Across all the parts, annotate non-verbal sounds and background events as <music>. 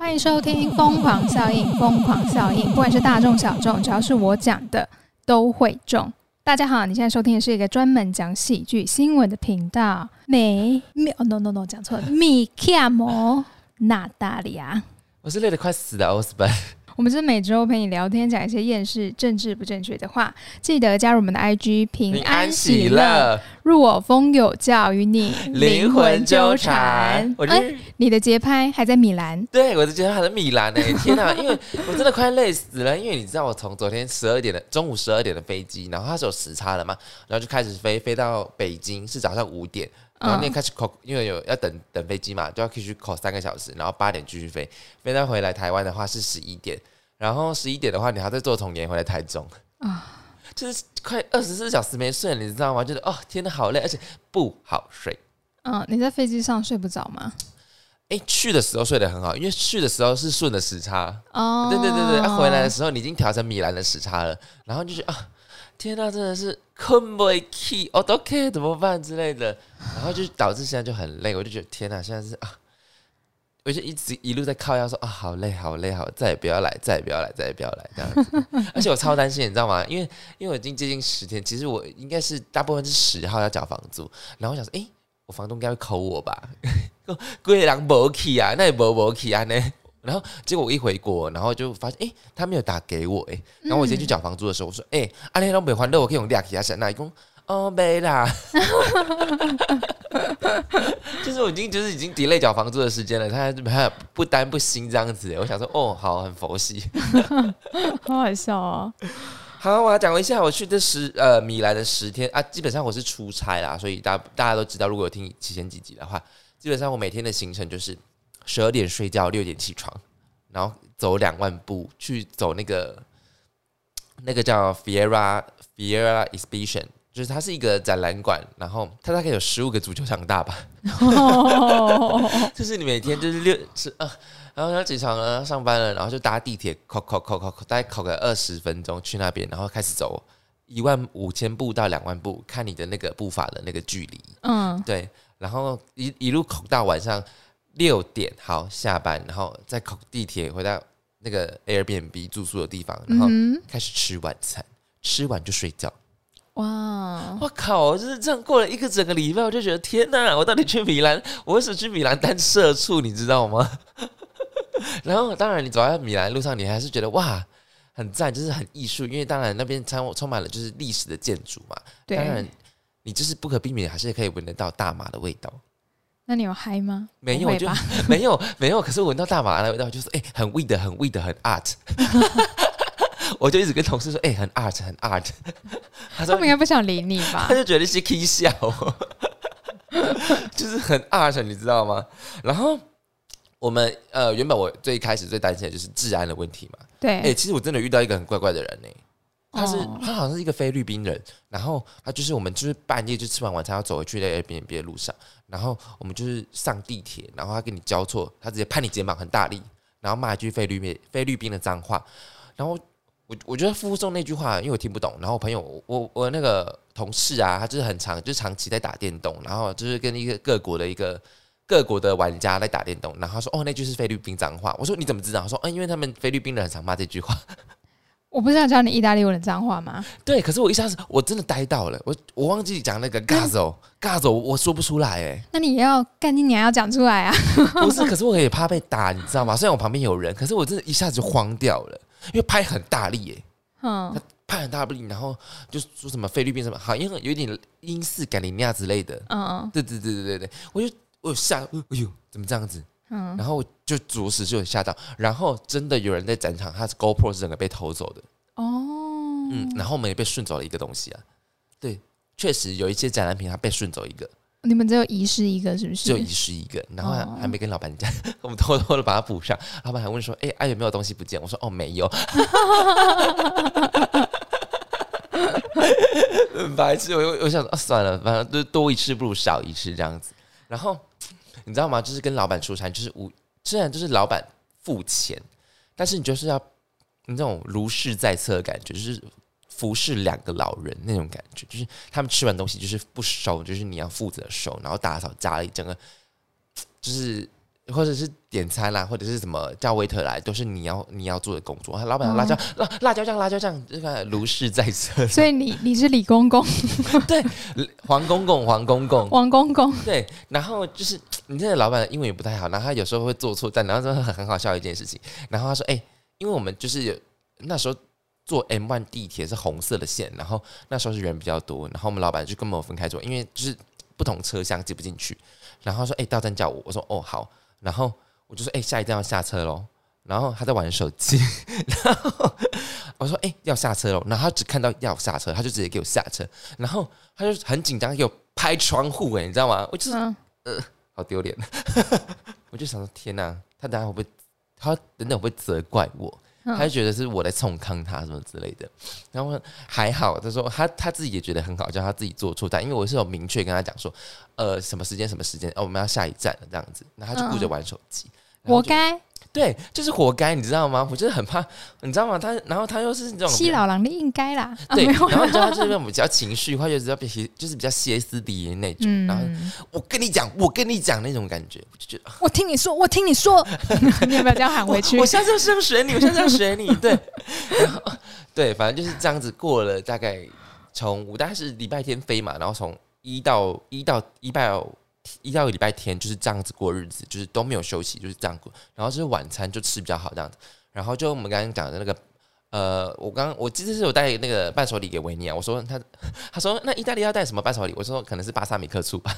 欢迎收听《疯狂效应》，疯狂效应，不管是大众小众，只要是我讲的都会中。大家好，你现在收听的是一个专门讲喜剧新闻的频道。美美、哦、，no no no，讲错了， <laughs> 米卡摩纳大利亚。我是累得快死的欧斯本。我们是每周陪你聊天，讲一些厌世、政治不正确的话。记得加入我们的 IG，平安喜乐，，入我风有教，与你灵魂纠缠。我哎、就是你的节拍还在米兰，对我就觉得他在米兰呢、天哪！因为我真的快累死了，因为你知道我从昨天十二点的中午十二点的飞机，然后它是有时差的嘛，然后就开始飞，飞到北京是早上五点，然后嗯那天开始口，因为有要等等飞机嘛，就要必须口三个小时，然后八点继续飞，飞到回来台湾的话是十一点，然后十一点的话你还要再坐从年回来台中啊啊。就是快二十四小时没睡，你知道吗？觉得哦，天哪，好累，而且不好睡。嗯，你在飞机上睡不着吗？哎、去的时候睡得很好，因为去的时候是顺的时差，哦对对对对，啊、回来 <laughs> 的时候你已经调成米兰的时差了，然后就觉得啊，天呐，真的是困不起，哦我都 OK 怎么办之类的，然后就导致现在就很累，我就觉得天呐，现在是啊，我就一直一路在靠腰说啊，好累好累好，再也不要来，再也不要来，再也不要来这样子， <laughs> 而且我超担心，你知道吗？因为因为我已经接近十天，其实我应该是大部分是十号要缴房租，然后我想说，诶，我房东应该会扣我吧？ <laughs> 贵人无去啊，那也无无去啊呢。然后结果我一回国，然后就发现，诶，他没有打给我、诶，然后我直接去缴房租的时候，我说，诶，阿丽都没还的，我可以用俩去啊，是那一共。哦，没啦， <laughs> 就是我已经就是已经 delay 缴房租的时间了，他还是他不担不心这样子，我想说，哦，好，很佛系。好好笑哦。好，我来讲一下我去这十呃米兰的十天啊，基本上我是出差啦，所以大大家都知道，如果有听提前几集的话，基本上我每天的行程就是十二点睡觉，六点起床，然后走两万步，去走那个那个叫 Fiera Fiera Exhibition，就是它是一个展览馆，然后它大概有十五个足球场大吧，哦就是你每天就是六是啊，然后要起床了，要上班了，然后就搭地铁，考考考考考，大概考个二十分钟去那边，然后开始走一万五千步到两万步，看你的那个步伐的那个距离，嗯，对，然后一一路考到晚上六点，好下班，然后再考地铁回到那个 Airbnb 住宿的地方，然后嗯开始吃晚餐，吃完就睡觉。哼，哇，我靠！就是这样过了一个整个礼拜，我就觉得天哪，我到底去米兰？我为什么去米兰当社畜？你知道吗？ <laughs> 然后，当然，你走在米兰路上，你还是觉得哇，很赞，就是很艺术。因为当然那边充充满了就是历史的建筑嘛。当然对，，你就是不可避免还是可以闻得到大麻的味道。那你有嗨吗？没不有，会我就吧没有没有。可是闻到大麻的味道，就是哎、很 weed，很 weed，很 art。我就一直跟同事说，哎、很 art，很 art。他 <laughs> 他说们应该不想理你吧 <laughs> 他？就觉得是 K 笑， <laughs> 就是很 art，你知道吗？然后我们呃，原本我最开始最担心的就是治安的问题嘛。哎、对，其实我真的遇到一个很怪怪的人呢、他是、哦他好像是一个菲律宾人，然后他就是我们就是半夜就吃完晚餐要走回去的 Airbnb 的路上，然后我们就是上地铁，然后他跟你交错，他直接拍你肩膀很大力，然后骂一句菲律宾菲律宾的脏话，然后我我觉得附送那句话，因为我听不懂，然后我朋友我我我那个同事啊，他就是很长就是长期在打电动，然后就是跟一个各国的一个。各国的玩家在打电动，然后他说：“哦，那句是菲律宾脏话。”我说：“你怎么知道？”他说：“嗯、因为他们菲律宾人很常骂这句话。”我不是要教你意大利文的脏话吗？对，可是我一下子我真的呆到了，我我忘记讲那个 gazo gazo，我说不出来哎，那你也要干你娘要讲出来啊！ <laughs> <laughs> 不是，可是我也怕被打，你知道吗？虽然我旁边有人，可是我真的一下子就慌掉了，因为拍很大力哎，嗯，拍很大力，然后就说什么菲律宾什么，好像有点英式感林尼亚之类的，嗯对对对对对对，我就我吓，哎呦，怎么这样子？嗯，然后我就着实就有吓到，然后真的有人在展场，他是 GoPro 是整个被偷走的，哦，嗯，然后我们也被顺走了一个东西啊，对，确实有一些展览品它被顺走一个。你们只有遗失一个是不只有遗是？失一个，然后哦还还没跟老板讲， <laughs> 我们偷偷的把它补上。老板还问说：“哎、啊有没有东西不见？”我说：“哦，没有。”很 <laughs> 白痴，我我我想说、啊算了，反正就多一事不如少一事这样子。然后你知道吗？就是跟老板出差，就是无虽然就是老板付钱，但是你就是要那种如释在侧的感觉，就是服侍两个老人那种感觉，就是他们吃完东西就是不收，就是你要负责收，然后打扫家里整个，就是或者是点餐啦，或者是什么叫 waiter 来，都是你要你要做的工作。啊老板哦辣椒、辣辣椒酱辣椒酱，这个如是在这。所以你你是李公公、嗯黄公公黄公公，王公公，对，然后就是你这个老板英文也不太好，然后他有时候会做错，但然后这很很好笑的一件事情。然后他说：“哎、因为我们就是有那时候坐 M 1地铁是红色的线，然后那时候是人比较多，然后我们老板就跟我分开坐，因为就是不同车厢挤不进去。然后他说：‘哎、到站叫我。’我说：‘哦，好。’然后我就说：‘哎、下一站要下车喽。’然后他在玩手机， <laughs> 然后我说：‘哎、要下车喽。’然后他只看到要下车，他就直接给我下车，然后他就很紧张给我拍窗户，哎，你知道吗？我就是嗯，好丢脸。 <laughs> 我就想说，天哪、他等下会不会，他等等会不会责怪我？嗯他就觉得是我在冲康他什么之类的。然后我说还好，他说他他自己也觉得很好，叫他自己做错，但因为我是有明确跟他讲说，呃，什么时间什么时间，哦，我们要下一站了这样子。然后他就顾着玩手机，然后嗯活就该对，就是活该，你知道吗？我就是很怕，你知道吗？他然后他又是这种七老狼的应该啦，啊 <laughs> 对，没有然后你知道他就是那种比较情绪化，就是比较就是比较歇斯底里的那种。然后嗯，我跟你讲，我跟你讲那种感觉，我就觉得我听你说，我听你说， <laughs> 你有没有这样喊回去我？下次要上学你，我下次要学 <laughs> 你，对， <laughs> 然后对，反正就是这样子过了，大概从我大概是礼拜天飞嘛，然后从一到一到一到一到礼拜天就是这样子过日子，就是都没有休息，就是这样过，然后就是晚餐就吃比较好这样子，然后就我们刚刚讲的那个。呃，我刚我记得是有带那个伴手礼给维尼啊，我说他，他说那意大利要带什么伴手礼？我说可能是巴萨米克醋 <laughs> 吧，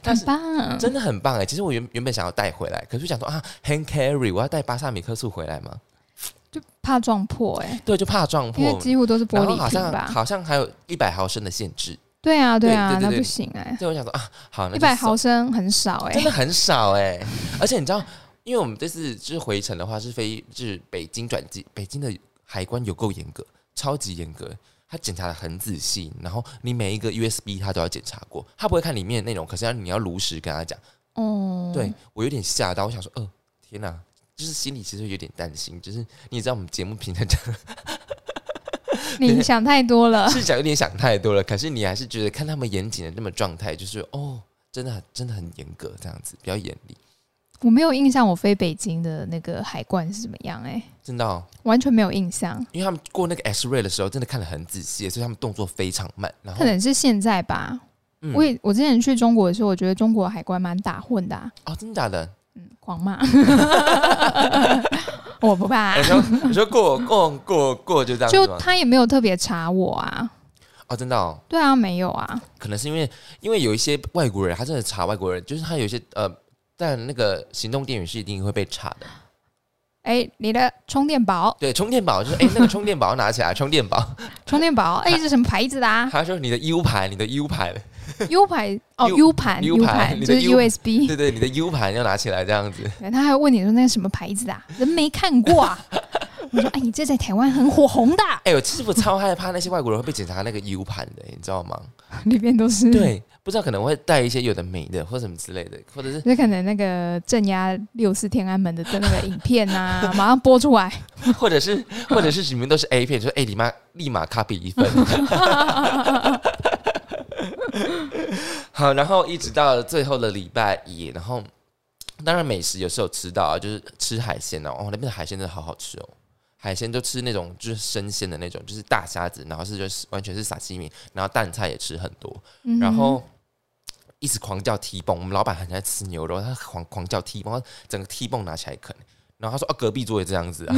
但很是棒，真的很棒哎、其实我原原本想要带回来，可是想说啊，hand carry，我要带巴萨米克醋回来嘛，就怕撞破哎、对，就怕撞因为破。几乎都是玻然后好璃像瓶吧？好像还有一百毫升的限制，对啊，对啊，对对那对不行哎、所以我想说啊，好，那一就百送毫升很少哎、真的很少哎、而且你知道，因为我们这次就是回程的话是飞就是北京转机，北京的海关有够严格，超级严格。他检查的很仔细，然后你每一个 USB 他都要检查过，他不会看里面的内容，可是要你要如实跟他讲。哦，对我有点吓到，我想说，呃，天哪、就是心里其实有点担心，就是你也知道我们节目平常讲你想太多 <laughs> 了。是讲有点想太多了，可是你还是觉得看他们严谨的那么状态，就是哦，真的很真的很严格这样子，比较严厉，我没有印象我飞北京的那个海关是怎么样哎、真的、哦，完全没有印象，因为他们过那个 X ray 的时候，真的看得很仔细，所以他们动作非常慢，然可后能是现在吧。嗯我也我之前去中国的时候，我觉得中国海关蛮打混的、啊，哦，真的假的？狂 <laughs> 骂，我不怕你，说你说过过过过就这样就子吗？他也没有特别查我啊，哦，真的哦。对啊，没有啊，可能是因为因为有一些外国人，他真的查外国人，就是他有一些呃，但那个行动电源是一定会被查的。哎、你的充电宝，对，充电宝 <laughs> 就是哎、那个充电宝拿起来，充电宝。充电宝，哎、这什么牌子的 <laughs> 啊他说你的 U 盘，你的 U 盘， ？U 盘哦 U- ，U 盘 U 盘你就的是 U- USB，对对，你的 U 盘要拿起来这样子。对他还问你说那是什么牌子的、啊，人没看过 <laughs> 啊。我说，哎，你这在台湾很火红的啊、 <laughs> 哎、我其实我超害怕那些外国人会被检查那个 U 盘的，你知道吗？里面都是，对，不知道可能会带一些有的没的或什么之类的，或 <laughs> 者是就可能那个镇压六四天安门的那个影片 <laughs> 啊，马上播出来，或者是或者是里面都是 A 片，就是哎、你妈立马 copy 一份。嗯好，然后一直到最后的礼拜一，然后当然美食有时候吃到啊，就是吃海鲜哦，哦那边的海鲜真的好好吃哦，海鲜都吃那种就是生鲜的那种，就是大虾子，然后是就是完全是撒西米，然后蛋菜也吃很多，嗯哼然后。一直狂叫 T 蹦，我们老板很爱吃牛肉，他狂狂叫 T 蹦，他整个 T 蹦拿起来啃，然后他说：“哦，隔壁桌也这样子 <laughs> 啊。”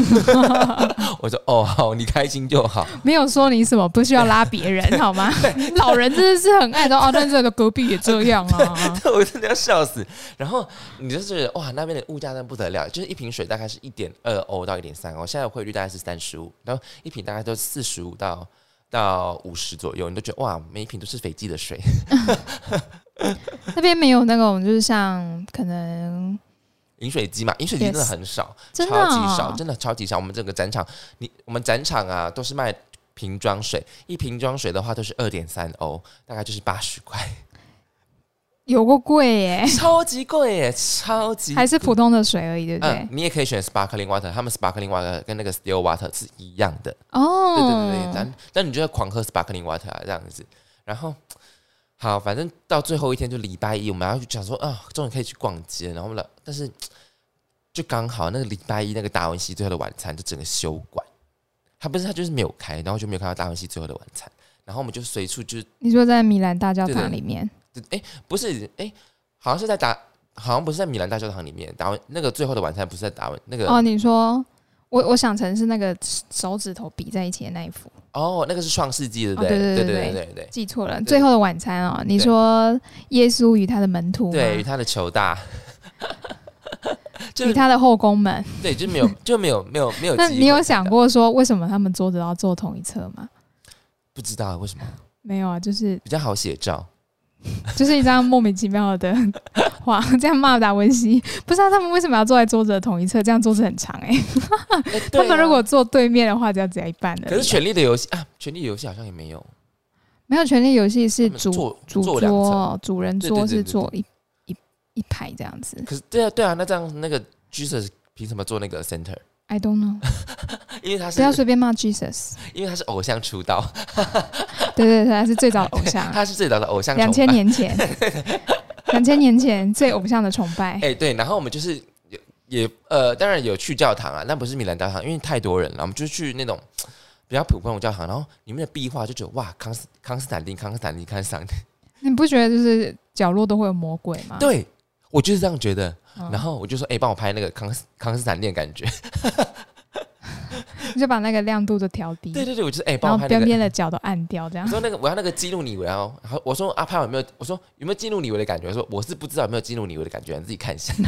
我说：“哦，好，你开心就好。没有说你什么不需要拉别人好吗？老人真的是很爱 <laughs> 说哦，但是隔壁也这样啊”， <laughs> 我真的要笑死。然后你就觉得哇，那边的物价真的不得了，就是一瓶水大概是一点二欧到一点三欧，现在的汇率大概是三十五，然后一瓶大概都四十五到到五十左右，你都觉得哇，每一瓶都是斐济的水。那边没有那种就是像可能饮水机嘛，饮水机 Yes 真的很少真的超级啊少，真的超级少。我们整个展场，你我们展场啊都是卖瓶装水，一瓶装水的话都是二点三欧，大概就是八十块，有过贵耶、超级贵耶，超级哎还是普通的水而已，对不对嗯，？你也可以选 sparkling water，他们 sparkling water 跟那个 still water 是一样的，对对哦，嗯对对，但但你就要狂喝 sparkling water 啊这样子，然后好，反正到最后一天就礼拜一，我们要去想说啊，终于可以去逛街，然后呢，但是就刚好那个礼拜一那个达文西最后的晚餐就整个休馆，他不是他就是没有开，然后就没有看到达文西最后的晚餐，然后我们就随处就是你说在米兰大教对堂里对面，不是哎、好像是在达，好像不是在米兰大教堂里面，达文那个最后的晚餐不是在达文那个哦，你说我我想成是那个手指头比在一起的那一幅，哦，那个是创世纪，对不哦对对？对对对对对对对对。记错了，《对最后的晚餐》哦，你对说耶稣与他的门徒吗，对，与他的球大，就与他的后宫们，对，就没有就没有没有没有机那会。你有想过说为什么他们桌子要坐同一侧吗？不知道为什么没有啊，就是比较好写照？ <laughs> 就是一张莫名其妙的画， <laughs> 这样骂达文西，不知道、他们为什么要坐在桌子的同一侧，这样桌子很长哎、哎他对啊们如果坐对面的话，只要只要一半的。可是《权力的游戏》啊，《权力的游戏》好像也没有，没有权力游戏是他们主坐主坐两层。桌，主人对桌对对是对坐一一一排这样子。可是对啊对啊，那这样那个 Jesus 凭什么做那个 center？ I don't <laughs> know，因为他是不要随便骂 <laughs> Jesus。因为他是偶像出道，对对对，他是最早的偶像， <laughs> 他是最早的偶像崇拜啊两千。年 <laughs> 前，两千年前最偶像的崇拜。 <laughs> 哎、对，然后我们就是也也呃，当然有去教堂啊，但不是米兰大教堂，因为太多人了，我们就去那种比较普通的教堂，然后里面的壁画就觉得哇，康斯康斯坦丁，康斯坦丁，康斯坦丁，你不觉得就是角落都会有魔鬼吗？对我就是这样觉得。嗯，然后我就说，哎、帮我拍那个康斯康斯坦丁的感觉。你就把那个亮度都调低，对对对，我就是哎，帮、然后我拍边那个。边的角都暗掉，这样我。说那个我要那个激怒你为哦，然后我说阿潘有没有？我说有没有激怒你为的感觉？我说我是不知道有没有激怒你为的感觉，你自己看一下。 <laughs>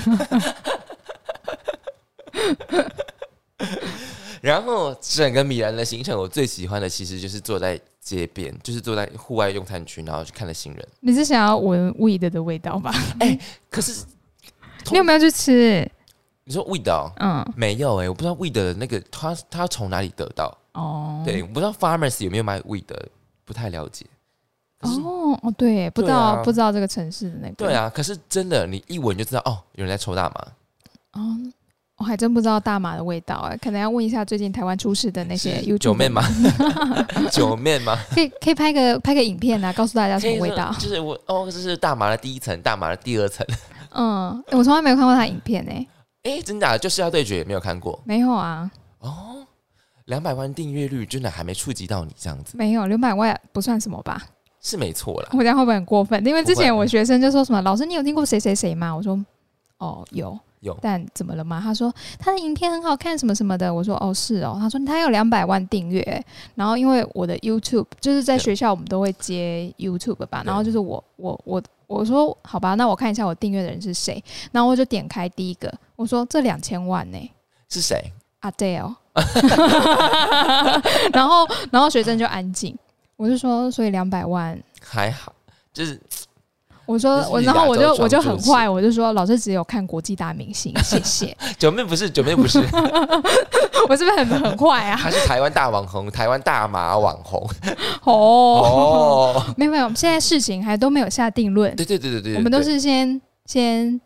然后整个米兰的行程，我最喜欢的其实就是坐在街边，就是坐在户外用餐区，然后去看了行人。你是想要闻 weed 的味道吧？可是通你有没有去吃？你说味道嗯，没有哎、我不知道味的那个他他从哪里得到？哦，对，，我不知道 farmers 有没有卖味的，不太了解。可是哦哦，对耶，不知对啊道不知道这个城市的那个，对，啊，可是真的，你一闻就知道哦，有人在抽大麻。哦，我还真不知道大麻的味道，哎，可能要问一下最近台湾出事的呃那些 YouTube 九面吗？ <laughs> 九面吗？可以可以拍个拍个影片啊，告诉大家什么味道。就是我哦，这是大麻的第一层，大麻的第二层。嗯，我从来没有看过他影片诶、哎，真假的？就是要对决也没有看过没有啊，哦。两百万订阅率真的还没触及到你这样子，没有六百万不算什么吧？是没错啦。我这样会不会很过分？因为之前不会嗯我学生就说什么老师，你有听过谁谁谁吗？我说哦有有但怎么了吗？他说他的影片很好看，什么什么的。我说哦是哦，他说他有两百万订阅、然后因为我的 YouTube 就是在对学校我们都会接 YouTube 吧，对然后就是我我我我说好吧，那我看一下我订阅的人是谁，然后我就点开第一个，我说这两千万呢、是谁？ Adele，然后然后学生就安静。我就说，所以两百万，还好，就是 <laughs> 我说这是我，你然后我就亚洲我就壮很族史坏，我就说老师只有看国际大明星，谢 <laughs> 谢，九面不是九面不是，我是不是很很坏 <laughs> 啊？他是台湾大网红，台湾大麻网红。哦，哦， <laughs> 没有没有，现在事情还都没有下定论，对对对对对，我们都对是先先，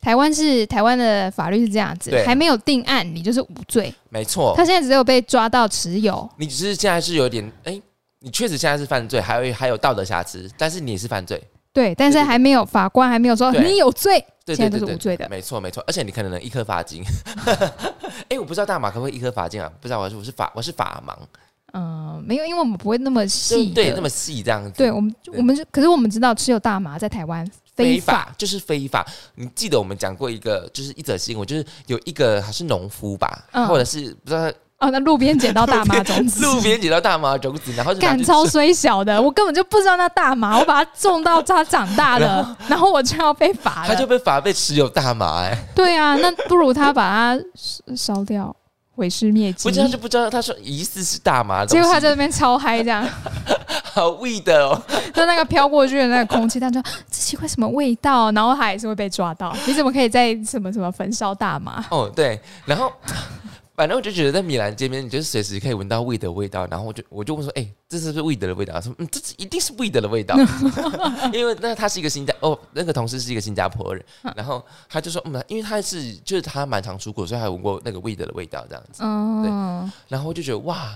台湾是台湾的法律是这样子，对哦还没有定案，你就是无罪，没错他。现在只有被抓到持有，你只是现在是有点哎，你确实现在是犯罪，还有还有道德瑕疵，但是你也是犯罪。对，但是对对还没有法官还没有说对你有罪，对现在对对都是无对，罪的，没错没错，而且你可能能一颗罚金。 <laughs> 哎、我不知道大马可不可以一颗罚金啊？不知道我是我是法我是法盲，嗯，没有，因为我们不会那么细对的，对，那么细这样子，对，我们对我们可是我们知道持有大麻在台湾非非法，就是非法。你记得我们讲过一个，就是一则新闻，就是有一个还是农夫吧，嗯或者是不知道哦，那路边捡到大麻种子，路边捡到大麻种子，然后就拿 <laughs> 干去超吃衰小 <laughs> 的，我根本就不知道那大 <laughs> 麻，我把它种到它长大 <laughs> 了，然后我就要被罚他就了。被罚被持有大麻、哎，对啊，那不如他把它烧烧掉，毁尸灭迹不。知道就不知道，他说疑似是大麻的东结西，果他在那边超嗨，这样， <laughs> 好味的哦，就那个飘过去的那个空气，他说这奇怪什么味道，然后他也是会被抓到。你怎么可以在什么什么焚烧大麻？哦，对，然后反正我就觉得在米兰街边，你就是随时可以闻到味的味道。然后我就我就问说，哎、这是不是味的的味道？他说，嗯，这是一定是味的的味道， <laughs> 因为那他是一个新加哦，那个同事是一个新加坡人，然后他就说，嗯，因为他是就是他蛮常出国，所以他闻过那个味的的味道这样子。嗯，然后我就觉得哇，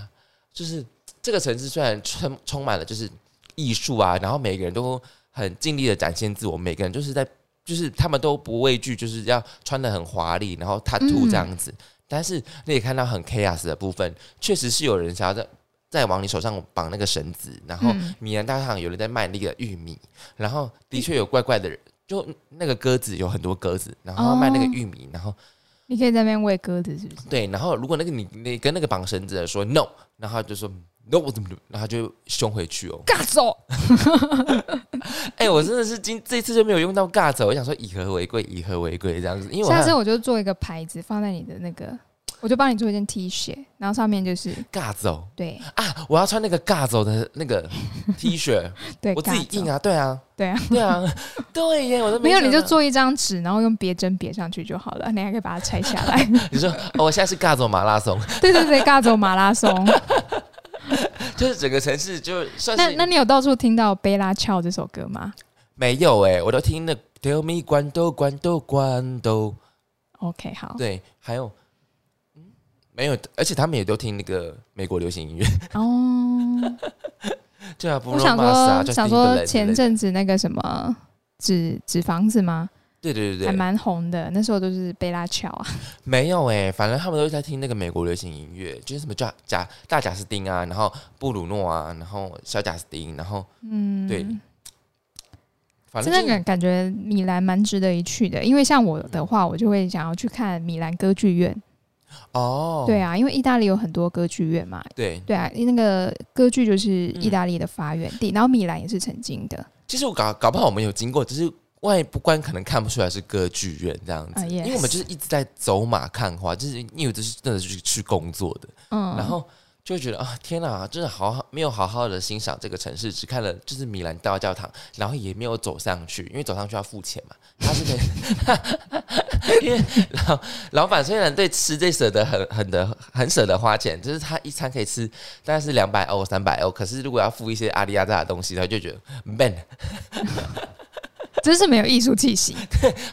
就是这个城市虽然充充满了就是艺术啊，然后每个人都很尽力的展现自我，每个人就是在就是他们都不畏惧，就是要穿的很华丽，然后 tattoo 这样子。但是你也看到很 chaos 的部分，确实是有人想要在在往你手上绑那个绳子，然后嗯米兰大巷有人在卖那个玉米，然后的确有怪怪的人，就那个鸽子有很多鸽子，然后卖那个玉米，然后你可以在那边喂鸽子，是不是？对，然后如果那个你你跟那个绑绳子的说 no，然后他就说 no，我怎么，然后他就凶回去哦。尬走，哎、我真的是今这次就没有用到尬哦走，我想说以和为贵，以和为贵这样子，因为我下还次我就做一个牌子放在你的那个，我就帮你做一件 T 恤，然后上面就是尬走对啊，我要穿那个尬走的 <laughs> 那个 T 恤，对，我自己印啊，啊，对啊， <laughs> 对啊，对啊，对耶，我都啊没有你就想到做一张纸，然后用别针别上去就好了，你还可以把它拆下来。你说哦，我现在是尬走马拉松，对对对，尬走马拉松。就是整个城市就算那是那你有到处听到《贝拉俏》这首歌吗没有哎、我都听那 Tell me 关都关都关都， ？OK，好，对，还有嗯没有，而且他们也都听那个美国流行音乐， <laughs> 哦，对啊，不我想说想说前阵阵子那个什么纸纸房子吗？对对对还对，蛮红的，那时候都是贝拉乔啊，没有哎、反正他们都在听那个美国流行音乐，就是什么叫贾大贾斯汀啊，然后布鲁诺啊，然后小贾斯汀，然后嗯，对反正真的就是感感觉米兰蛮值得一去的，因为像我的话，我就会想要去看米兰歌剧院，哦，对啊，因为意大利有很多歌剧院嘛，对，对啊，那个歌剧就是嗯意大利的发源地，然后米兰也是曾经的，其实我搞搞不好我们有经过，只是外观可能看不出来是歌剧院这样子啊，，yes 因为我们就是一直在走马看花，就是因为我就是真的是去工作的，嗯，然后就会觉得啊，天哪，真的好好没有好好的欣赏这个城市，只看了就是米兰大教堂，然后也没有走上去，因为走上去要付钱嘛，他是得， <laughs> 因为老老板虽然对吃这舍得很很的很舍得花钱，就是他一餐可以吃大概是两百欧三百欧，可是如果要付一些阿里亚扎的东西，他就觉得 man，真是没有艺术气 <laughs> 息，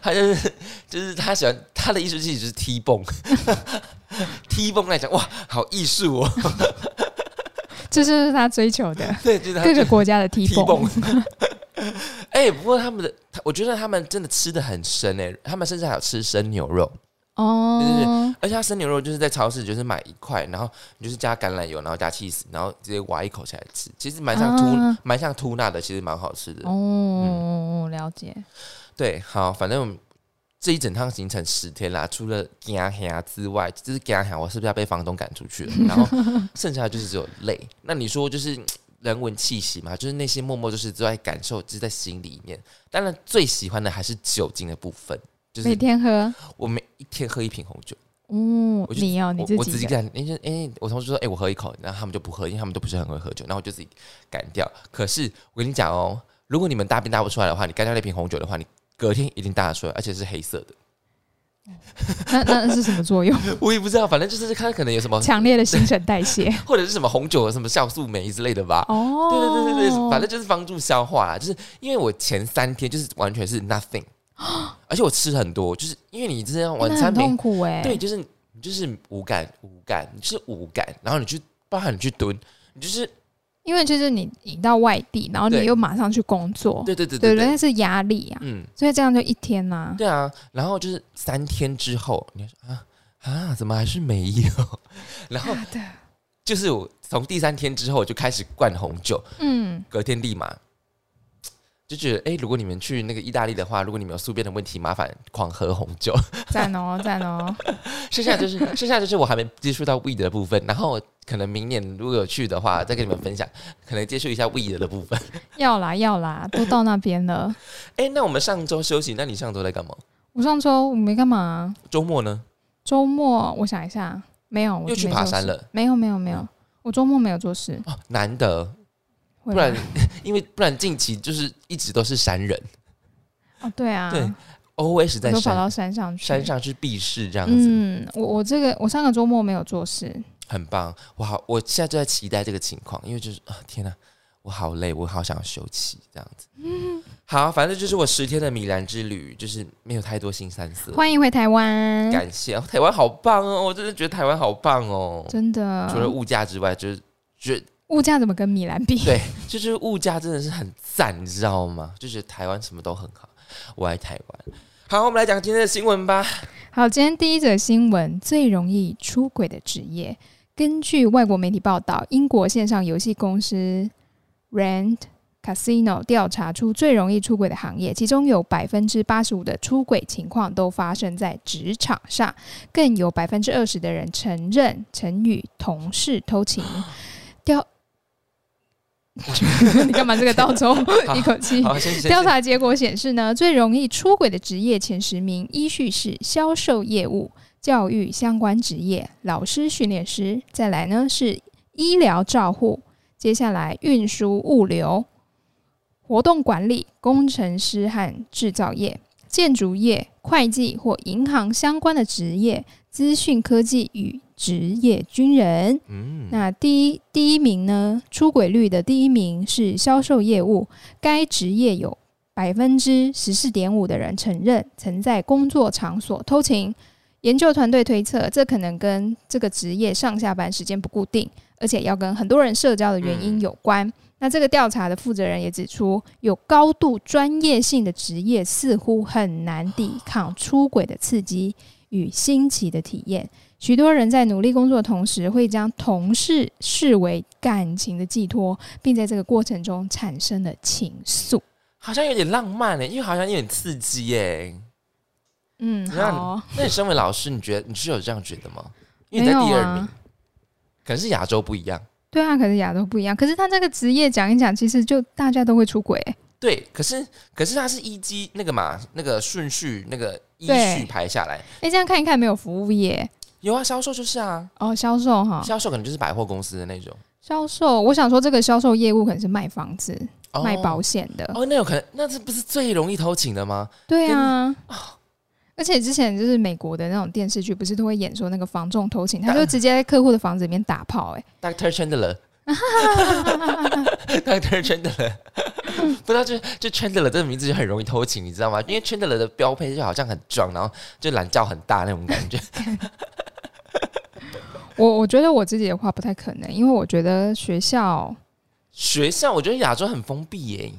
他就是就是他喜欢他的艺术气息就是 T 蹦 <laughs> ，T 蹦来讲哇，好艺术哦， <laughs> 这就是他追求的对，就是他各个国家的 T 踢蹦蹦。 <laughs> 哎、不过他们的，他我觉得他们真的吃的很深哎、他们甚至还有吃生牛肉，对对哦，而且他生牛肉就是在超市就是买一块，然后你就是加橄榄油，然后加 cheese，然后直接挖一口起来吃，其实蛮像啊吐，蛮、像吐纳的，其实蛮好吃的。哦，了解，对，好，反正我们这一整趟行程十天啦，除了惊吓之外，就是惊吓，我是不是要被房东赶出去了？ <laughs> 然后剩下的就是只有累。那你说就是嗯人文气息嘛，就是那些默默就是都在感受，就是在心里面。当然，最喜欢的还是酒精的部分，就每是天喝，我每一天喝一瓶红酒。哦，我就你要、你我我己自的己干，因为哎、我同事说哎、我喝一口，然后他们就不喝，因为他们都不是很会喝酒，然后我就自己干掉。可是我跟你讲哦，如果你们大便大不出来的话，你干掉那瓶红酒的话，你隔天一定大得出来，而且是黑色的。那那是什么 <laughs> 作用？我也不知道，反正就是看可能有什么，强烈的新陈代谢。或者是什么红酒什么酵素酶之类的吧。哦， <laughs> 对对对对对，反正就是帮助消化啦。就是因为我前三天就是完全是 nothing，而 <gasps> 且我吃很多，就是因为你这样晚那餐很没痛苦哎、对，就是你就是无感无感，你就是无感，然后你去包含你去蹲，你就是因为就是你你到外地，然后你对又马上去工作，对对对对对哦对，对，那是压力啊，嗯，所以这样就一天呐、对啊，然后就是三天之后，你就说啊啊，怎么还是没有？ <laughs> 然后啊对，就是我从第三天之后我就开始灌红酒，嗯，隔天立马。就觉得，哎、如果你们去那个意大利的话，如果你们有宿便的问题，麻烦狂喝红酒。 <laughs> 赞哦赞哦，剩 <laughs> 下就是，剩下就是我还没接触到 weed 的部分，然后可能明年如果有去的话，再跟你们分享，可能接触一下 weed 的部分。 <laughs> 要啦要啦，都到那边了。哎、那我们上周休息，那你上周在干嘛？我上周我没干嘛啊、周末呢？周末我想一下，没有，我又去没爬做山事，了没有没有没有，我周末没有做事，哦，难得，不不然 <laughs> 因为不然近期就是一直都是山人哦对啊，对，always 我在都跑山到山上去，山上去避世这样子，嗯，我我这个我上个周末没有做事，很棒。我好，我现在就在期待这个情况，因为就是啊，天哪、我好累，我好想要休息这样 <laughs> 子。好，反正就是我十天的米兰之旅，就是没有太多新三色。欢迎回台湾，感谢、哦、台湾好棒哦！我真的觉得台湾好棒哦，真的除了物价之外，就是觉得物价怎么跟米兰 <laughs> 比？对，就是物价真的是很赞，你知道吗？就是台湾什么都很好，我爱台湾。好，我们来讲今天的新闻吧。好，今天第一则新闻，最容易出轨的职业。根据外国媒体报道，英国线上游戏公司 Rand Casino 调查出最容易出轨的行业，其中有百分之八十五的出轨情况都发生在职场上，更有百分之二十的人承认曾与同事偷情。调， <laughs> 你干嘛这个倒抽一口气？ <laughs> 好，谢谢。调查结果显示呢，最容易出轨的职业前十名依序是销售业务、教育相关职业、老师训练师，再来呢是医疗照护，接下来运输物流、活动管理、工程师和制造业、建筑业、会计或银行相关的职业、资讯科技与职业军人。嗯，那第一第一名呢，出轨率的第一名是销售业务，该职业有百分之十四点五的人承认曾在工作场所偷情。研究团队推测，这可能跟这个职业上下班时间不固定，而且要跟很多人社交的原因有关。那这个调查的负责人也指出，有高度专业性的职业似乎很难抵抗出轨的刺激与新奇的体验。许多人在努力工作的同时，会将同事视为感情的寄托，并在这个过程中产生了情愫。好像有点浪漫呢，欸因为好像有点刺激耶。嗯，怎样好哦，那你身为老师，你觉得你是有这样觉得吗？因没为你在有第二名，啊，可能是亚洲不一样。对啊，可是亚洲不一样。可是他这个职业讲一讲，其实就大家都会出轨欸、对，可是可是它是依机那个嘛，那个顺序那个依对序排下来。哎、这样看一看，没有服务业有啊，销售就是啊，哦，销售哈，销售可能就是百货公司的那种，销售。我想说，这个销售业务可能是卖房子、哦卖保险的，哦，那有可能，那这不是最容易偷情的吗？对啊。哦而且之前就是美国的那种电视剧，不是都会演说那个房仲偷情，他就直接在客户的房子里面打炮、 <laughs> 欸， Doctor Chandler，Doctor <laughs> Chandler，不知道就就 Chandler 这个名字就很容易偷情，你知道吗？因为 Chandler 的标配就好像很壮，然后就懒觉很大那种感觉。 <laughs> 我我觉得我自己的话不太可能，因为我觉得学校，学校我觉得亚洲很封闭耶，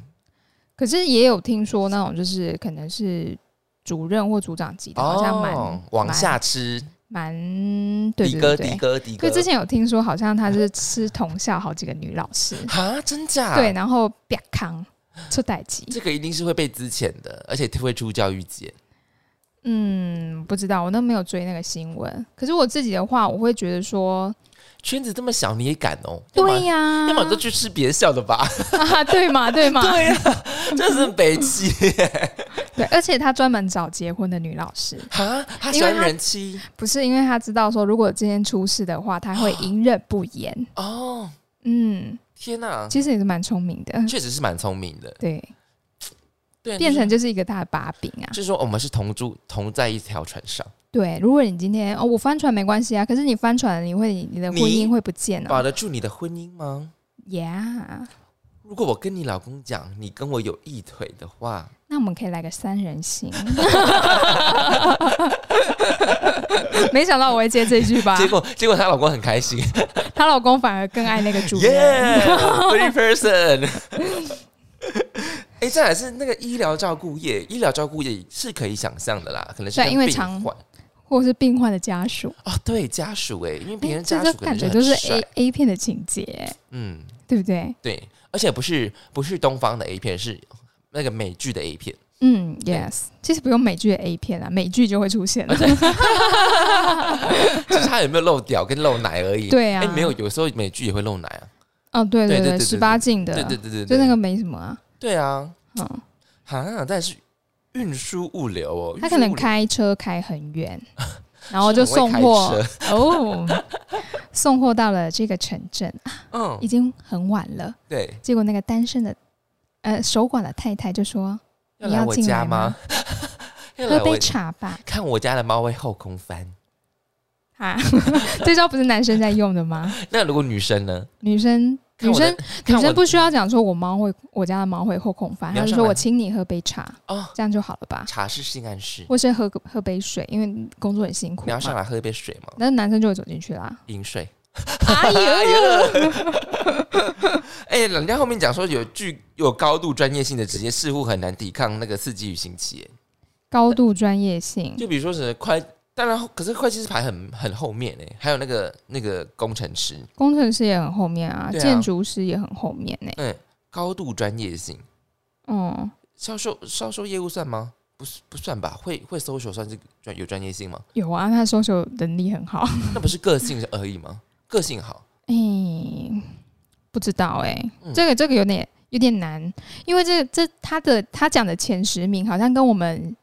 可是也有听说那种就是可能是主任或组长级的，好像蛮、哦往下吃，蛮蛮对迪对哥对迪对。哥迪哥就，之前有听说，好像他是吃同校好几个女老师，哈，真假？对，，然后啪康出代级，这个一定是会被资遣的，而且会出教育界。嗯，不知道，我都没有追那个新闻。可是我自己的话，我会觉得说，圈子这么小，你也敢哦？要么对呀、要么你就去吃别校的吧。啊，对嘛，对嘛，对呀、这是北气 <laughs> 对，而且他专门找结婚的女老师，哈，他喜因为欢他人妻不是因为他知道说，如果今天出事的话，他会隐忍不言。哦。嗯，天哪、其实也是蛮聪明的，确实是蛮聪明的。对，对，变成就就是一个大的把柄啊是。就是说我们是同住同在一条船上，对，如果你今天哦，我翻船没关系啊，可是你翻船了，你会你的婚你姻会不见啊保了。得住你的婚姻吗？ Yeah，如果我跟你老公讲你跟我有一腿的话，那我们可以来个三人行。 <laughs> 没想到我会接这句吧？结果结果她老公很开心，她老公反而更爱那个主人。 Yeah，three person 。哎、再来是那个医疗照顾业，医疗照顾业是可以想象的啦，可能是对跟因为病常患或是病患的家属，哦，对家属哎、因为别人这家这属可感能觉很就是帅 A A 片的情节，嗯，对不对？对，而且不是不是东方的 A 片，是那个美剧的 A 片， <laughs> 嗯对，yes，其实不用美剧的 A 片啊啦，美剧就会出现了。就是他有没有漏屌跟漏奶而已。对啊哎、没有，有时候美剧也会漏奶啊。哦，对对对对，对十八禁的，对对对对，就那对个没什么啊。对啊，嗯，哈，但是运输物流哦，他运输可能物流开车开很 <laughs> 远，然后就真的送很会货开 <laughs> 哦，送货到了这个城镇，啊 <laughs> 已嗯，经很晚了。对，结果那个单身的呃守寡的太太就说要你要来我进家来吗吗？ <laughs> 要来喝我杯茶吧。看我家的猫会后空翻。 <laughs> 啊， <laughs> 这招不是男生在用的吗？那如果女生呢？女生看女我的生看女我生的不需要讲说我猫会，我家的猫会后空翻，你要她就上说来我请你喝杯茶，哦，这样就好了吧？茶是性暗示。或是喝个喝杯水，因为工作很辛苦你要上嘛。来喝一杯水吗？那男生就会走进去啦。饮水。哎呦，哎、人家后面讲说有具有高度专业性的职业似乎很难抵抗那个刺激与新奇。哎高度专业性，就比如说是会，当然可是会计师排很很后面哎、还有那个那个工程师，工程师也很后面啊，对啊建筑师也很后面呢、嗯，高度专业性，嗯，销售销售业务算吗？不是不算吧，会会搜索算是专有专业性吗？有啊，他搜索能力很 <laughs> 好。那不是个性而已吗？个性好，哎、不知道哎、嗯这个这个有点有点难，因为这这他的他讲的前十名好像跟我们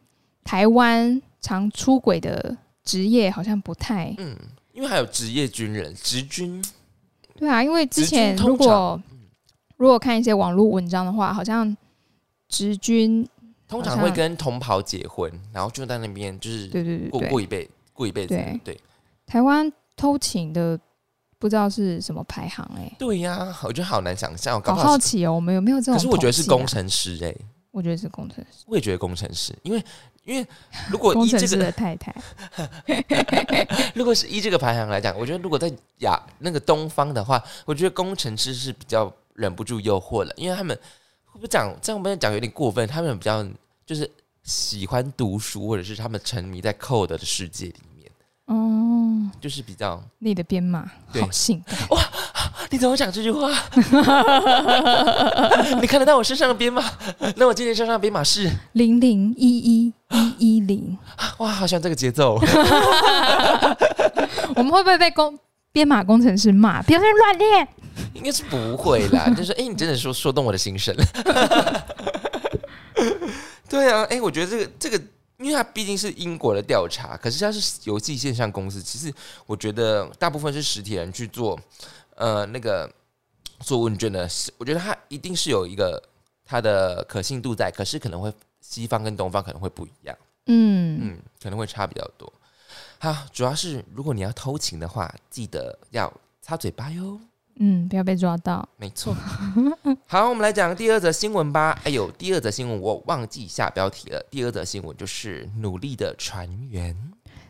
台湾常出轨的职业好像不太嗯，因为还有职业军人、职军，对啊，因为之职军前通如果常嗯如果看一些网络文章的话，好像直嗯军通好常像会跟同袍结婚，然后就在那边就是对对过对过对，一辈过一辈子对，对台湾偷情的不知道是什么排行哎、对呀、我觉得好难想象，搞好不好好是。奇哦，我们有没有这种、啊可是我觉得是工，程师哎、我觉得是工程师，我也觉得工程师，因为因为如果工依程这师个的太太，如果是依这个排行来讲，我觉得如果在亚那个东方的话，我觉得工程师是比较忍不住诱惑了，因为他们会不会讲这样不能讲有点过分，他们比较就是喜欢读书，或者是他们沉迷在 code 的世界里面，哦，就是比较你的编码对好性感，啊你怎么讲这句话？ <laughs> 你看得到我身上的编码？那我今天身上的编码是零零一一一一 <laughs> 零，哇，好喜欢这个节奏。我们会不会被工编码工程师骂？不要再乱练，应该是不会啦，就是哎、诶你真的说说动我的心声。对啊，哎、我觉得这个这个，因为它毕竟是英国的调查，可是它是邮寄线上公司，其实我觉得大部分是实体人去做，呃，那个做问卷的，是我觉得它一定是有一个它的可信度在，可是可能会西方跟东方可能会不一样，嗯，嗯，可能会差比较多。好，主要是如果你要偷情的话，记得要擦嘴巴哟。嗯，不要被抓到，没错。好，我们来讲第二则新闻吧。哎呦，第二则新闻我忘记下标题了。第二则新闻就是努力的船员，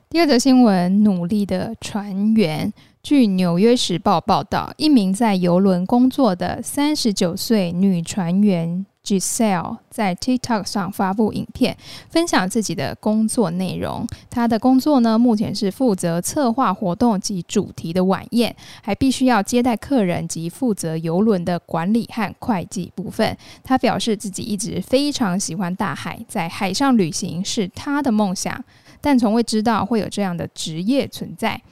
第二则新闻：努力的船员。据《纽约时报》报道，一名在邮轮工作的39岁女船员 Giselle 在 TikTok 上发布影片，分享自己的工作内容。她的工作呢，目前是负责策划活动及主题的晚宴，还必须要接待客人及负责邮轮的管理和会计部分。她表示自己一直非常喜欢大海，在海上旅行是她的梦想。但从未知道会有这样的职业存在。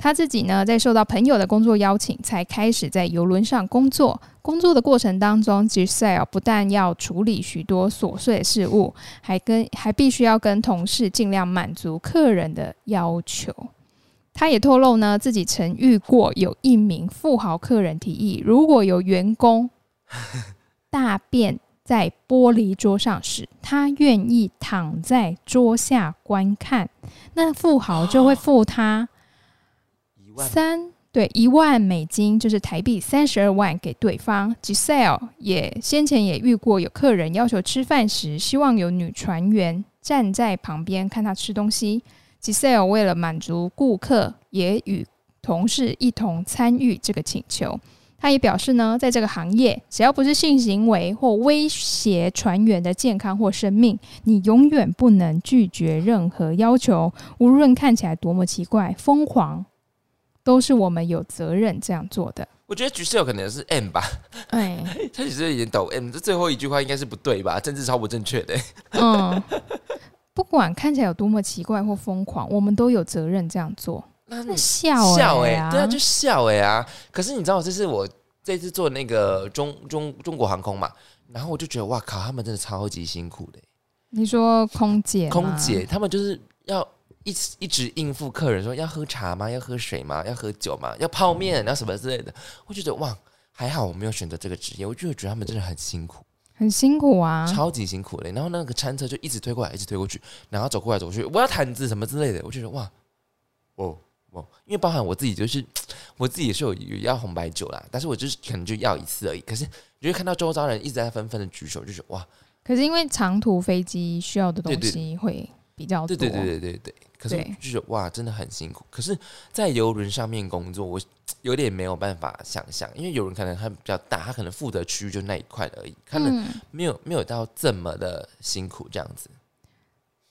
他自己呢，在受到朋友的工作邀请，才开始在游轮上工作。工作的过程当中，Giselle 啊不但要处理许多琐碎的事务，还跟还必须要跟同事尽量满足客人的要求。他也透露呢，自己曾遇过有一名富豪客人提议，如果有员工 <laughs> 大便在玻璃桌上时，他愿意躺在桌下观看，那富豪就会付他一万三。对，一万美金就是台币三十二万给对方。Giselle 也先前也遇过有客人要求吃饭时，希望有女船员站在旁边看他吃东西。Giselle 为了满足顾客，也与同事一同参与这个请求。他也表示呢，在这个行业，只要不是性行为或威胁船员的健康或生命，你永远不能拒绝任何要求，无论看起来多么奇怪、疯狂，都是我们有责任这样做的。我觉得局势有可能是 M 吧， <laughs> 哎，他只是有点抖 M，这最后一句话应该是不对吧？政治超不正确的、嗯，不管看起来有多么奇怪或疯狂，我们都有责任这样做。那那你笑嗯笑哎、哎、啊，对啊，就笑哎、啊！可是你知道，这是我这次做那个中中中国航空嘛，然后我就觉得哇靠，他们真的超级辛苦的、你说空姐，空姐，他们就是要一直一直应付客人说要喝茶吗？要喝水吗？要喝酒吗？要泡面？然后什么之类的。我就觉得哇，还好我没有选择这个职业，我就觉得他们真的很辛苦，很辛苦啊，超级辛苦的。然后那个餐车就一直推过来，一直推过去，然后走过来走过去，我要毯子什么之类的。我就觉得哇，哦。哦，因为包含我自己，就是我自己也是有有要红白酒啦，但是我就是可能就要一次而已。可是 <laughs> 你就会看到周遭人一直在纷纷的举手，就觉得哇，可是因为长途飞机需要的东西会比较多，哦对对对对对对。可是对就是哇，真的很辛苦。可是，在游轮上面工作，我有点没有办法想象，因为有人可能他比较大，他可能负责区域就那一块而已，可能嗯没有没有到这么的辛苦这样子。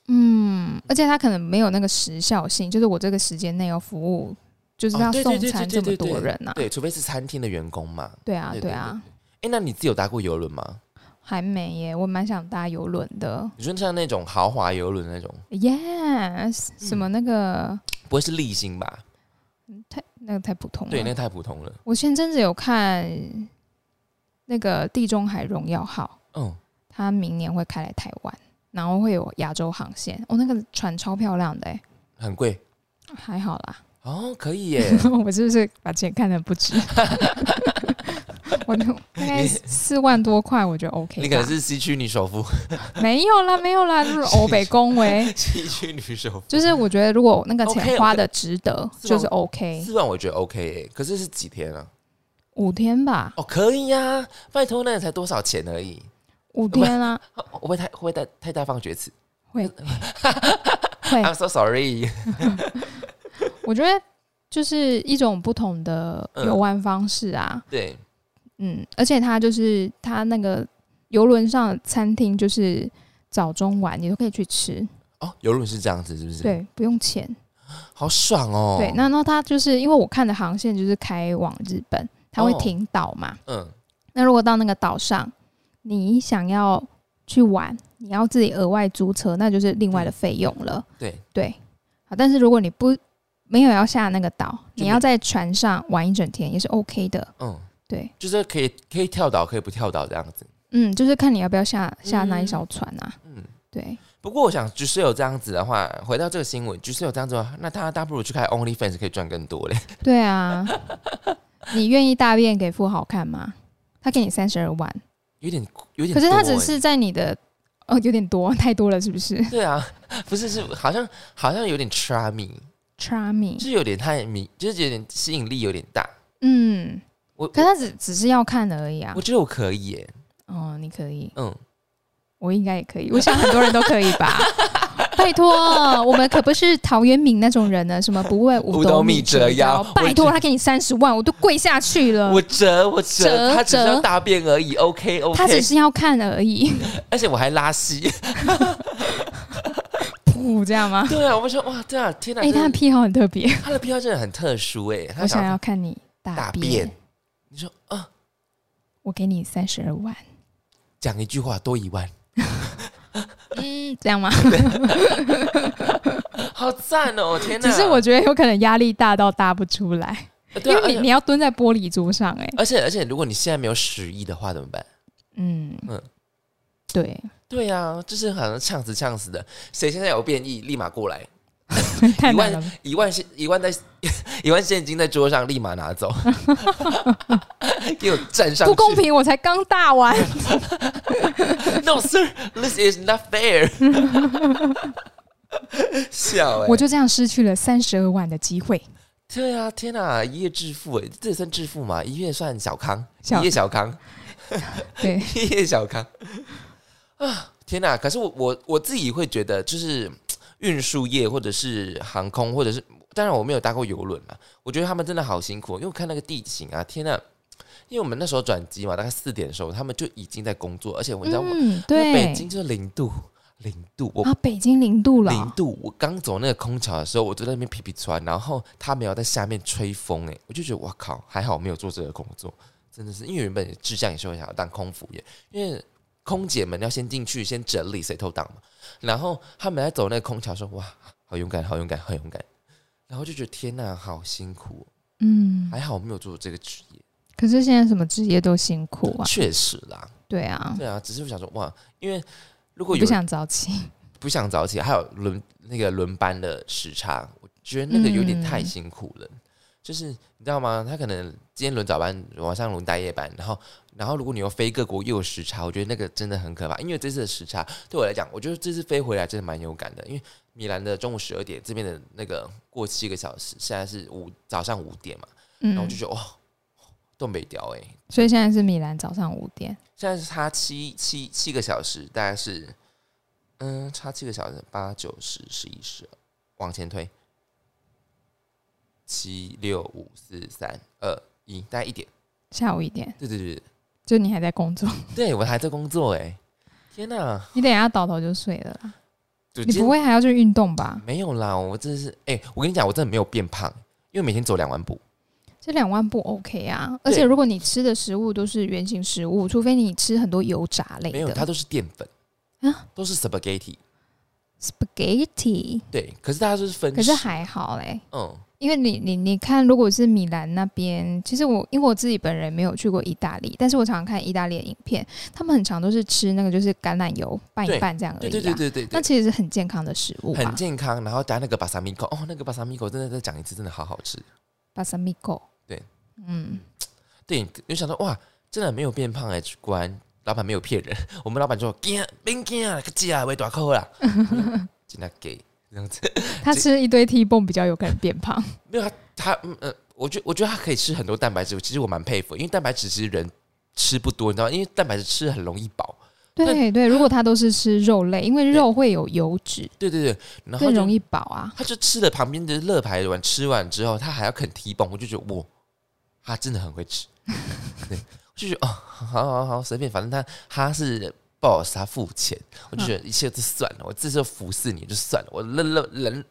嗯，而且他可能没有那个时效性，就是我这个时间内要服务，就是哦要对送对对餐对这么对对多人啊。对，除非是餐厅的员工嘛。对啊，对对对啊，哎、那你自己有搭过游轮吗？还没耶，我蛮想搭游轮的。你说像那种豪华游轮那种， Yes，什嗯么那个不会是立新吧？那个太普通了。对，那个太普通了。我前阵子有看那个地中海荣耀号，嗯，它明年会开来台湾，然后会有亚洲航线。哦，那个船超漂亮的耶，欸很贵还好啦。 <laughs> 哦，可以耶。我是不是把钱看得不值？ <laughs> 我就大概四万多块，我觉得 OK 吧。你可能是西区女首富，。没有啦，没有啦，就是欧北恭维 <laughs> 西区女首富就是我觉得如果那个钱 OK，OK 花的值得，是就吗是 OK。四万我觉得 OK 耶，可是是几天啊？五天吧，哦，可以呀、拜托，那才多少钱而已，五天啊，哦会不会太会不会太太大放厥词会会？I'm，<laughs> so sorry。我觉得就是一种不同的嗯游玩方式啊。对，嗯，而且它就是它那个游轮上的餐厅，就是早中晚你都可以去吃，哦，游轮是这样子，是不是？，对，不用钱。好爽哦。对，那那它就是因为我看的航线就是开往日本，它会哦停岛嘛。嗯，那如果到那个岛上，你想要去玩，你要自己额外租车，那就是另嗯外的费用了。对，对，好，但是如果你不没有要下那个岛，你就没要在船上玩一整天也是 OK 的。嗯，对，就是可以可以跳岛，可以不跳岛这样子。嗯，就是看你要不要下下那一嗯艘船啊。嗯，对，不过我想，局势有这样子的话，回到这个新闻，局势有这样子的话，那他大不如去开 OnlyFans 可以赚更多嘞。对 <laughs> 啊，你愿意大便给富豪看吗？他给你三十二万，有点有点可多是欸，他只是在你的哦，有点多，太多了，是不是对啊，不是是好像好像有点 charming， ？Charming，就是有点太迷，就是有点吸引力有点大。嗯，我可是他只只是要看而已啊我。觉得我可以耶，哦，你可以，嗯，我应该也可以，我想很多人都可以 <laughs> 吧。拜托，我们可不是陶渊明那种人呢，什么不为五斗米折腰我拜托，他给你三十万，我都跪下去了我。折我折，呃折他只是折要大便而已，OK 他只 OK，是要看而已， <laughs> 而且我还拉稀，噗，这样吗？对啊，我说哇，对啊，天哪，哎、真他的的癖好很特 <laughs> 别，他的癖好真的很特殊哎，他我想想要要看你大大便，便，你说啊，我给你三十二 <laughs> 万，讲一句话多一万，嗯，这样吗？啊好赞哦！ <laughs> 天哪！ <laughs> 只是我觉得有可能压力大到搭不出来，呃对因啊，为你你要蹲在玻璃桌上、哎，而且而且而且，如果你现在没有十亿的话，怎么办？嗯嗯对，对啊，就是好像呛死呛死的，谁现在有变异，立马过来，太难一万了。一万现一万在 <laughs> 一万现金在桌上，立马 <laughs> 拿走， <laughs> 给我站上去不公平！我才刚大完， ！No sir, this is not fair 。 <laughs> 笑哎、我就这样失去了三十二万的机会。对啊，天哪、一夜致富哎、这也算致富嘛？一夜算小康，小一夜小康。对，叶小康啊，天哪！可是我我我自己会觉得，就是嘖运输业或者是航空，或者是当然我没有搭过游轮啦，我觉得他们真的好辛苦，因为我看那个地形啊，天哪！因为我们那时候转机嘛，大概四点的时候，他们就已经在工作，而 <laughs> 且我你知道我，嗯，因为对，北京就是零度，零度，我啊，北京零度了零哦，度，我刚走那个空桥的时候，我就在那边皮皮穿，然后他没有在下面吹风，哎，我就觉得哇靠，还好我没有做这个工作，真的是因为原本志向也是会想要当空服员，因为空姐们要先进去先整理谁偷档嘛，然后他们在走那个空桥说哇，好勇敢，好勇敢，好勇敢，然后就觉得天呐，好辛苦哦，嗯，还好我没有做这个职业，可是现在什么职业都辛苦啊，确实啦，对啊，对啊，只是我想说哇，因为如果我有不想早起，不想早起，还有轮那个轮班的时差，我觉得那个有点太辛苦了。就是你知道吗？他可能今天轮早班，晚上轮大夜班，然后然后如果你又飞各国又有时差，我觉得那个真的很可怕。因为这次的时差对我来讲，我觉得这次飞回来真的蛮有感的，因为米兰的中午十二点，这边的那个过七个小时，现在是五早上五点嘛，然后嗯我就，觉得哇，哦东北调哎、所以现在是米兰早上五点，现在是差七七七个小时，大概是嗯，差七个小时，八九十十一十，往前推，七六五四三二一，大概一点。下午一点，对对对对就你还在工 <laughs> 作，对，对我还在工作哎、天哪、你等一下倒头就睡了啦。就你今不会还要去运动吧？没有啦，我真的是哎、我跟你讲，我真的没有变胖，因为每天走两万步。这两万步 OK 啊，而对且如果你吃的食物都是原形食物，除非你吃很多油炸类没有，它的都是淀粉啊都是 spaghetti。 ，spaghetti，对，可是大家就是分食，可是还好嘞。嗯，因为你你你看，如果是米兰那边，其实我因为我自己本人没有去过意大利，但是我常常看意大利的影片，他们很常都是吃那个就是橄榄油拌一对拌这样而已、对啊。对对对对那对，其实是很健康的食物很吧健康。然后加那个巴萨米狗，哦，那个巴萨米狗真的再讲一次，真的好好吃。巴萨米狗。对，嗯，对，就想说哇，真的没有变胖哎、果然老板没有骗人。我们老板说，惊，别惊啊，个 <laughs> 假为大口啦，真的给这样子。他吃一堆 T 泵比较有可能变胖。没有他，他嗯呃，我觉我觉得他可以吃很多蛋白质，其实我蛮佩服，因为蛋白质其实人吃不多，你知道吗，因为蛋白质吃很容易饱。对对，如果他都是吃肉类，因为肉会有油脂，对对对，然后更就容易饱啊。他就吃了旁边的乐牌丸，吃完之后他还要啃提蹦，我就觉得哇，他真的很会吃。对，我就觉得哦，好好好，随便，反正他他是 boss，他付钱，我就觉得一切都算了，我这次服侍你就算了，我忍忍忍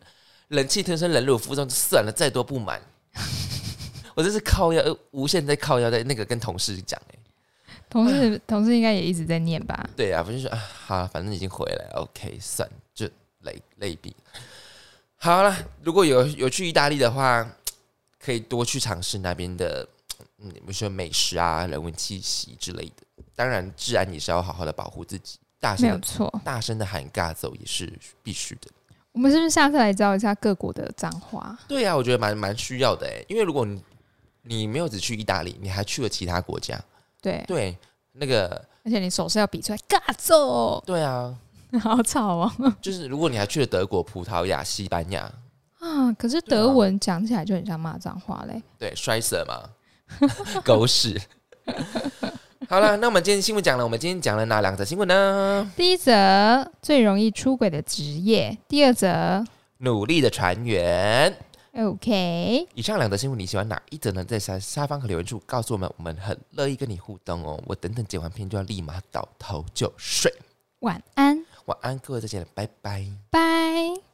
忍气吞声，忍辱负重就算了，再多不满。我这是靠腰，呃无限在靠腰，在那个跟同事讲哎、同事同事应该也一直在念吧？对哎啊，我就说啊，好啦，反正已经回来了，OK，算就类类比。好了，如果有有去意大利的话，可以多去尝试那边的，嗯，比如说美食啊、人文气息之类的。当然，治安也是要好好的保护自己，大没声有的错。大声的喊尬走也是必须的。我们是不是下次来教一下各国的脏话？对啊，我觉得蛮蛮需要的哎，因为如果你你没有只去意大利，你还去了其他国家，对，对那个而且你手势要比出来，嘎奏，对啊， <laughs> 好吵 <laughs> 哦。就是如果你还去了德国、葡萄牙、西班牙，啊，可是对啊德文讲起来就很像骂脏话嘞。对，摔死了嘛， <laughs> 狗屎。好了，那我们今天新闻讲了，我们今天讲了哪两则新闻呢？第一则最容易出轨的职业，第二则努力的船员。 OK，以上两则新闻你喜欢哪一则呢？在下下方和留言处告诉我们，我们很乐意跟你互动哦。我等等剪完片就要立马倒头就睡，晚安，晚安，各位再见了，拜拜。拜。